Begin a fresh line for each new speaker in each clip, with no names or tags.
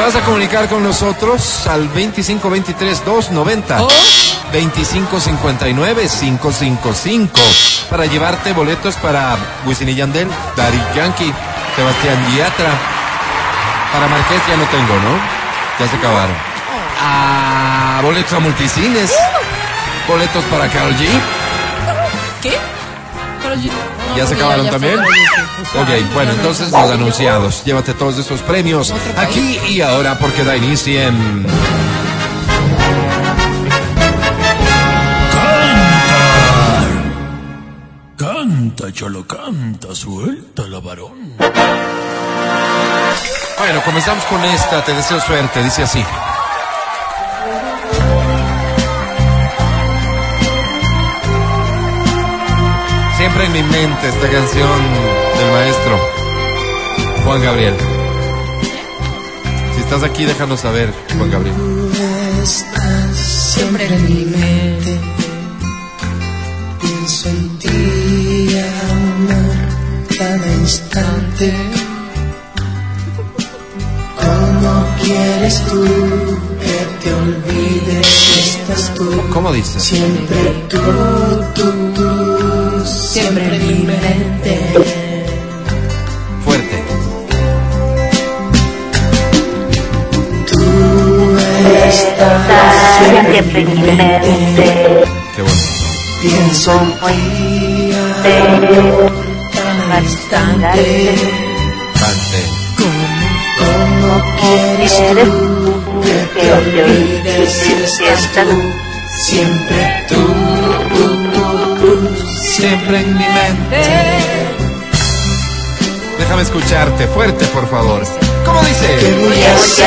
vas a comunicar con nosotros al 2523-290. 2559-555 para llevarte boletos para Wisin y Yandel, Daddy Yankee, Sebastián Yatra. Para Marqués ya no tengo, ¿no? Ya se acabaron. Ah, boletos a multicines. Boletos para Carol G.
¿Qué? Pero yo-
¿Ya se acabaron también? Ok, bueno, entonces los anunciados. Llévate todos estos premios aquí y ahora porque da inicio en...
Canta, cholo, canta, suelta la varón.
Bueno, comenzamos con esta, te deseo suerte, dice así. Siempre en mi mente esta canción del maestro Juan Gabriel. Si estás aquí, déjanos saber, Juan Gabriel.
Siempre en mi mente.
Pienso en ti, amor, cada instante. ¿Cómo quieres tú que te olvides que estás tú?
¿Cómo dice?
Siempre tú, tú, tú,
Siempre en mi mente.
Fuerte.
Siempre en mi mente,
Qué bueno.
pienso en ti, amor, cada instante.
Cante.
¿Cómo quieres
eres
tú
tú
que te olvides que estás tú? Siempre tú, tú, tú, tú,
Siempre en mi mente. Déjame escucharte, fuerte, por favor. ¿Cómo
¿Qué
dice?
voy a hacer?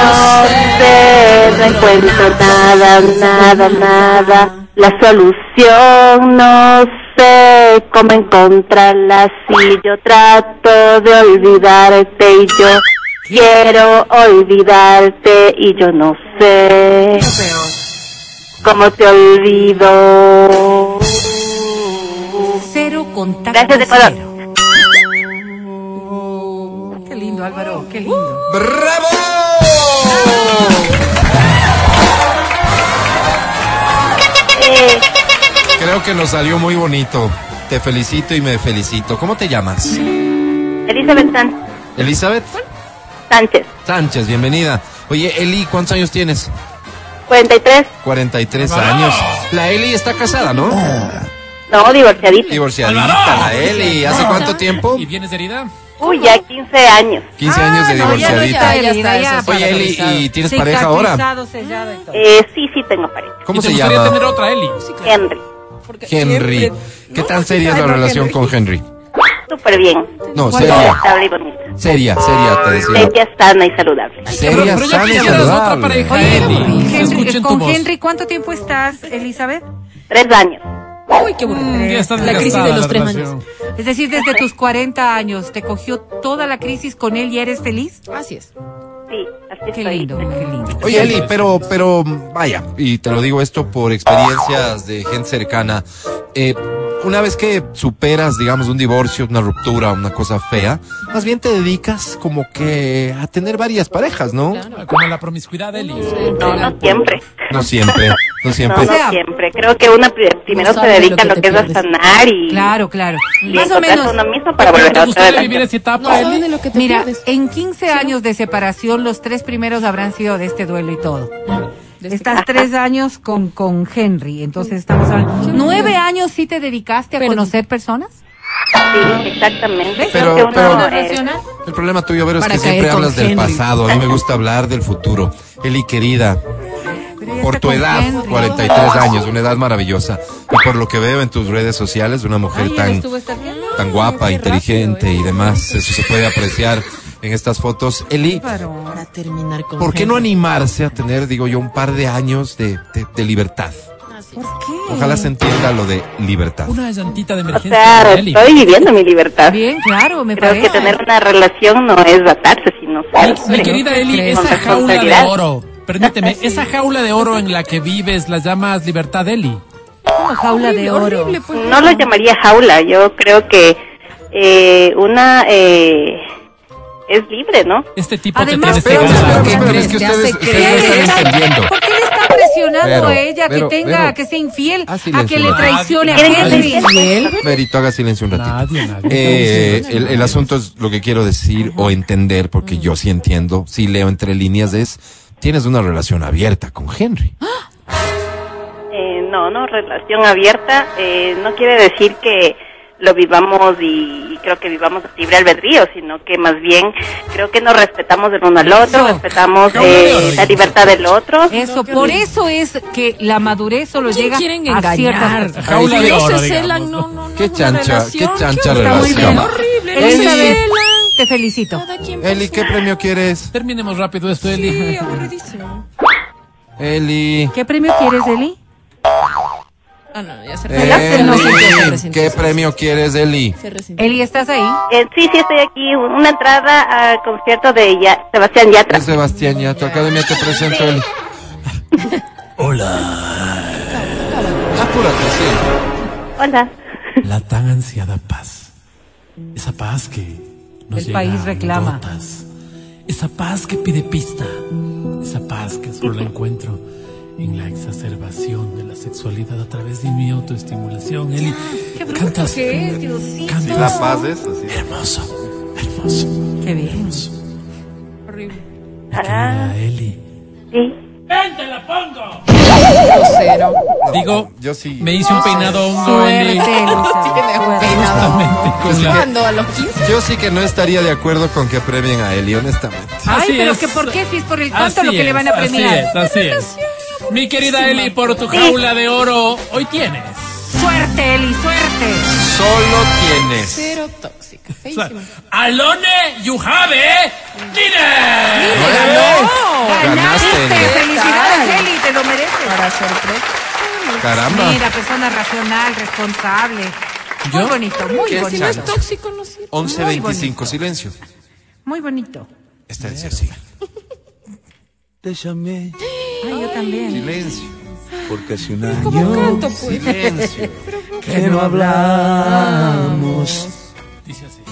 No sé, no encuentro nada, nada, nada. La solución no sé cómo encontrarla si yo trato de olvidarte y yo quiero olvidarte y yo no sé cómo te olvido.
Cero contacto.
Gracias de
cero.
corazón.
Qué lindo, Álvaro. Qué lindo.
¡Bravo!
Eh,
Creo que nos salió muy bonito. Te felicito y me felicito. ¿Cómo te llamas?
Elizabeth San-
Elizabeth
Sánchez,
Sánchez, bienvenida. Oye, Eli, ¿cuántos años tienes?
43,
43 años. La Eli está casada, ¿no?
no, divorciadita.
Divorciadita, la Eli. ¿Hace cuánto tiempo?
¿Y vienes de herida?
Uy, ya 15 años.
15 años de
Ah, no, ya no,
divorciadita.
ya, ya está,
Ya,
eso
ya,
sí.
Oye, Eli, ¿y tienes pareja ahora?
Cicatrizado, sellado y todo.
Eh, sí, sí tengo pareja.
¿Cómo
¿Y te
se
gustaría
llama?
tener otra Eli?
Henry,
Henry. ¿Qué tan seria es la relación con Henry?
súper bien.
No,
Muy
seria.
estable y bonita.
Seria, seria, te decía.
Ella sana y saludable.
Seria,
pero ya
sana y
quisieras otra
saludable.
pareja
Oye,
Eli. Se escucha
Henry,
en tu
con
voz.
Henry, ¿cuánto tiempo estás, Elizabeth?
Tres años.
Uy, qué bueno.
Ya estás
La crisis
desgastada
de los
la
tres
relación.
años.
Es decir, desde tus 40 años, ¿te cogió toda la crisis con él y eres feliz?
Así es.
Sí, así
Qué
estoy.
lindo, qué lindo.
Oye, Eli, pero, pero, vaya, y te lo digo esto por experiencias de gente cercana. eh, una vez que superas, digamos, un divorcio, una ruptura, una cosa fea, más bien te dedicas como que a tener varias parejas, ¿no?
Como la promiscuidad de Eli.
No, no siempre.
No siempre, no
No,
siempre.
no siempre. Creo que una pri- primero se
sabe lo
dedica a
que
lo
te
que es a
pierdes.
sanar y,
Claro, claro.
y
Más o
encontrarse
menos,
a uno mismo para volver
¿Te
a otra
gustaría vivir
relación.
esa
No
etapa,
saben de
Eli?
lo que te
mira,
pierdes.
en 15 años de separación, los tres primeros habrán sido de este duelo y todo.
De este-
Estás tres años con, con Henry, entonces estamos hablando. ¿Nueve años sí te dedicaste a
Pero-
conocer personas?
Sí, exactamente.
Pero-
Creo que uno
pero-
eh,
El problema tuyo, Vero, es
Para
que siempre
caer con
hablas del
Henry.
pasado. A mí me gusta hablar del futuro. Eli, querida,
Pero ya
por
está
tu
con
edad,
Henry.
43 años, una edad maravillosa. Y por lo que veo en tus redes sociales, una mujer tan, tan guapa, inteligente y demás. Eso se puede apreciar en estas fotos. Eli,
Pero-
Para terminar con
¿por qué no
Henry.
animarse a tener, digo yo, un par de años de, de- de libertad?
¿Por qué?
Ojalá se entienda lo de libertad.
Una llantita de
o
emergencia
sea,
de Eli.
estoy viviendo mi libertad.
Bien, claro, me
Creo que
parece.
tener una relación no es atarse, sino ser
Mi, mi querida Eli, esa jaula de oro, permíteme, esa jaula de oro en la que vives la llamas libertad Eli.
Como jaula de oro.
Horrible, pues.
No lo llamaría jaula, yo creo que eh, una eh, es libre, ¿no?
Este tipo
Además,
te tienes
espérame,
que
espérame,
ganar.
espérame,
Andrés,
es que
te
ustedes,
hace
ustedes no
¿Qué le
están
está-
entendiendo.
¿Por qué le está presionando
Pero,
a ella
pero,
que tenga,
pero-
que sea infiel,
Ah, sí,
a
le
que le
enseñó.
traicione a
¿Quieren que
Henry?
les-
Verito, haga silencio un ratito.
Nadie, nadie.
Eh, el, el asunto es lo que quiero decir o entender, porque yo sí entiendo, sí leo entre líneas, es tienes una relación abierta con Henry.
Eh, no, no, relación abierta eh, no quiere decir que lo vivamos y, y creo que vivamos libre albedrío, sino que más bien creo que nos respetamos el uno al otro,
Eso.
respetamos
Cabrón,
eh,
oiga.
la libertad del otro.
Eso, por eso es que la madurez solo
¿Quién
llega
quieren
a
engañar?
ciertas
Ajá. Jaula de
No
oro,
se
digamos.
celan, no, no, no.
Qué
es una
chancha, qué
relación,
chancha
qué-
Está muy
relación.
bien.
horrible. no se
Elizabeth,
celan.
te felicito.
Cada quien por
Eli,
su-
¿qué premio quieres?
Terminemos rápido esto, Eli.
Sí, aburridísimo.
Eli.
¿Qué premio quieres, Eli?
Ah, no, ya se
Relájate, no sé qué
Eli,
resintió, se
¿Qué
resintió.
premio quieres, Eli?
Se resintió.
Eli, ¿estás ahí?
Eh, sí, sí, estoy aquí, una entrada al concierto de Ya- Sebastián Yatra.
Es Sebastián, ya tu academia te presento, Eli.
Hola.
Apúrate, sí.
Hola.
La tan ansiada paz. Esa paz que nos
El
llega
país
en
reclama.
gotas. Esa paz que pide pista. Esa paz que solo la encuentro en la exacerbación de la sexualidad a través de mi autoestimulación. Eli, cantas
Y la paz es así.
hermoso, hermoso,
Qué bien.
hermoso.
Horrible.
Ah,
Querida Eli,
sí.
Cero.
digo,
Yo sí.
me hice un peinado hongo,
Suerte,
Eli.
Elizabeth, suerte.
Justamente con la-
Cuando a los 15.
Yo sí que no estaría de acuerdo con que premien a Eli, honestamente.
Ay,
Así
pero
es.
que por qué si es por el tanto
Así
lo que le
es,
van a premiar.
Así es, así es. Mi querida Eli, por tu jaula de oro, hoy tienes.
Suerte, Eli, suerte.
Solo tienes.
Cero tóxica. Feísimo.
Alone, you have it. Dinner.
¡Nueve! Ganaste.
Ganaste. Felicidades, Eli, te lo mereces.
Para sorpresa.
Caramba.
Mira, persona racional, responsable. Muy
¿Yo?
bonito, muy
¿Qué
Si no
bonito.
es tóxico, no sirve.
11.25, silencio.
Muy bonito.
Estancia, sí.
Te llamé
Ay, yo también.
Silencio.
porque hace un
¿Cómo
año
canto, pues?
Silencio.
que no hablamos
Dice así.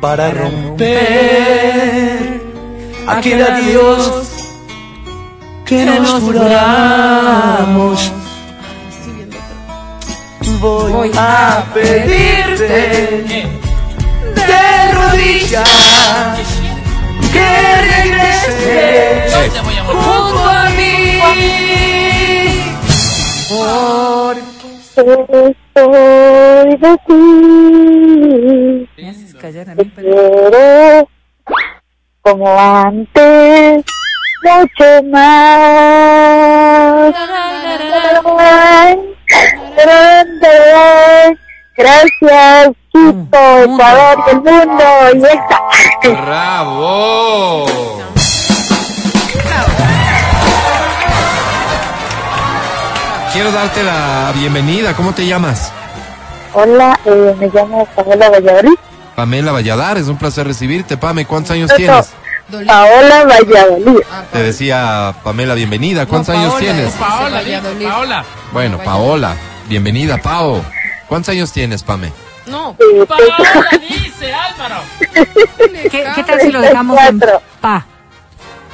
para romper aquel adiós que nos juramos. Voy
Ah.
a pedirte de rodillas que regreses.
Sí.
junto a mí.
Estoy de ti,
Me haces callar a mí, pero-
quiero como antes, mucho más. Grande, gracias,
Mm,
Quito, Ecuador, el mundo y esta.
¡Bravo! Quiero darte la bienvenida. ¿Cómo te llamas?
Hola, eh, me llamo Paola Valladolid.
Pamela Valladar, es un placer recibirte. Pame, ¿cuántos años
Eso.
tienes?
Paola Valladolid.
Ah.
Te decía Pamela, bienvenida. ¿Cuántos
No,
años
Paola,
tienes?
es
Paola,
Valladolid.
dice, Paola.
Bueno, Paola, bienvenida, Pao. ¿Cuántos años tienes, Pame?
No.
Paola dice Álvaro.
¿Qué, qué tal si lo dejamos en pa?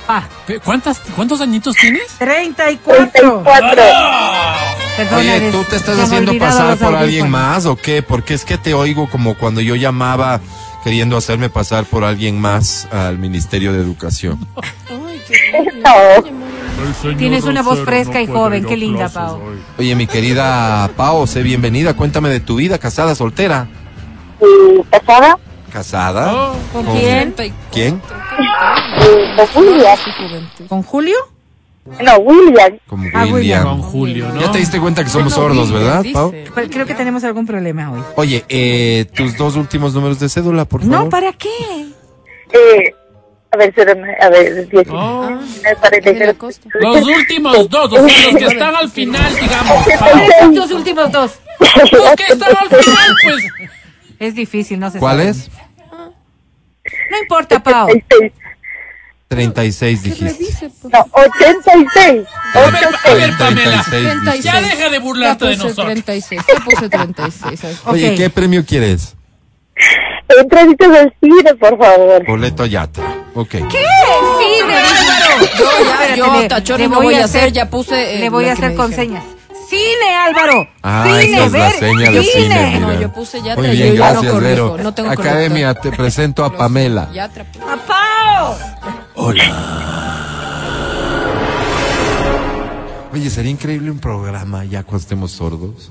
Pa.
¿Qué- ¿Cuántas, ¿Cuántos añitos tienes?
34. Perdona,
Oye,
des-
¿tú te estás
se me
haciendo
olvidaba
pasar
los
por alguien
audífonos.
más o qué? Porque es que te oigo como cuando yo llamaba queriendo hacerme pasar por alguien más al Ministerio de Educación.
Ay, qué horrible.
Tienes una voz fresca y joven, qué linda, Pau.
Oye, mi querida Pao, sé bienvenida. Cuéntame de tu vida, casada, soltera.
Y casada,
¿Casada?
¿Con
¿Con
quién?
¿Quién?
y con Eh, William.
¿Con Julio?
No, William.
Con
Ah, William.
William.
Con Julio, ¿no?
Ya te diste cuenta que somos sordos, ¿verdad, Pao?
Pues creo que tenemos algún problema hoy.
Oye, eh, tus dos últimos números de cédula, por favor.
No, ¿para qué?
Eh, a ver, espérame, a ver, 10,
Oh.
De
43.
la costa.
Los últimos dos, o sea, los que están al final, digamos. Paola.
Los dos últimos dos.
Los que están al final, pues.
Es difícil, no sé.
¿Cuál es?
No importa, Pau.
36
¿Qué
dijiste.
dice, pues?
No, 86.
A ver, pues. a ver, Pamela.
36 dijiste.
Ya deja de
Ya
burlarte de
puse
nosotros.
36. Ya puse 36. ay.
Oye,
Ok.
¿qué premio quieres?
Entras y te decide, por favor.
Boleto Yatra. Ok.
¿Qué? Sí, dedito.
Yo ya,
Espérate,
yo
le-
tachorro
le
me voy a hacer, ya puse. eh,
Le voy
lo
a
que
hacer
me
con
dijeron.
señas. ¡Cine, Álvaro!
Ah,
¡Cine,
esa es la
ver,
seña de cine, mira.
No, yo puse Yatra,
Muy
yo
bien,
ya no
gracias,
corrijo,
Vero.
no tengo
Academia, te presento a Pamela.
Yatra, pues.
¡Apao!
Oye, sería increíble un programa ya cuando estemos sordos.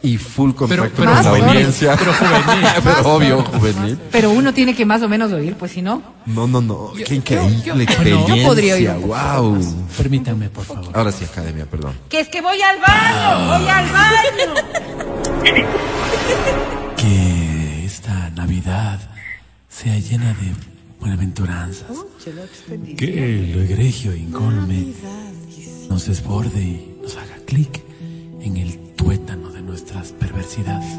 Y full contacto
pero
con la
juvenil,
audiencia. Pero juvenil. obvio, juvenil.
Pero uno tiene que más o menos oír, pues si no.
No, no, no. Qué increíble
yo
experiencia.
podría ir.
wow.
Permítanme, por favor.
Ahora sí, academia, perdón.
Que es que voy al baño, voy al baño.
Que esta Navidad sea llena de bienaventuranzas. Que lo egregio e incólume nos desborde y nos haga clic en el tuétano de nuestras perversidades.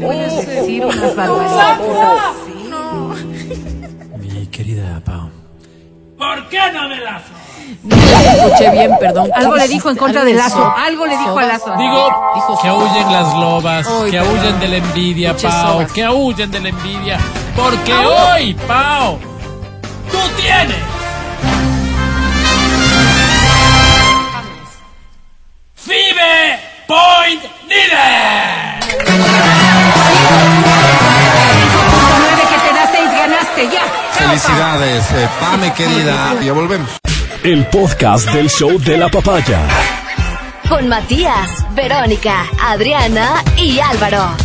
Puedes decir unas barbaridades.
Mi querida Pau.
No te escuché bien, perdón.
Algo le dijo en contra
Algo
de
de
Lazo.
sobas.
Algo le dijo a Lazo.
Digo
Dijo
que
sobas.
huyen las lobas,
Ay,
que
perdón.
huyen de la envidia,
Escuché
Pau,
sobas.
que huyen de la envidia, porque hoy, Pau, tú tienes Five Point Líder.
Con nueve que te da seis, ganaste, ya. Chao,
Felicidades, eh, Pame querida. Ya volvemos.
El podcast del show de la papaya.
Con Matías, Verónica, Adriana y Álvaro.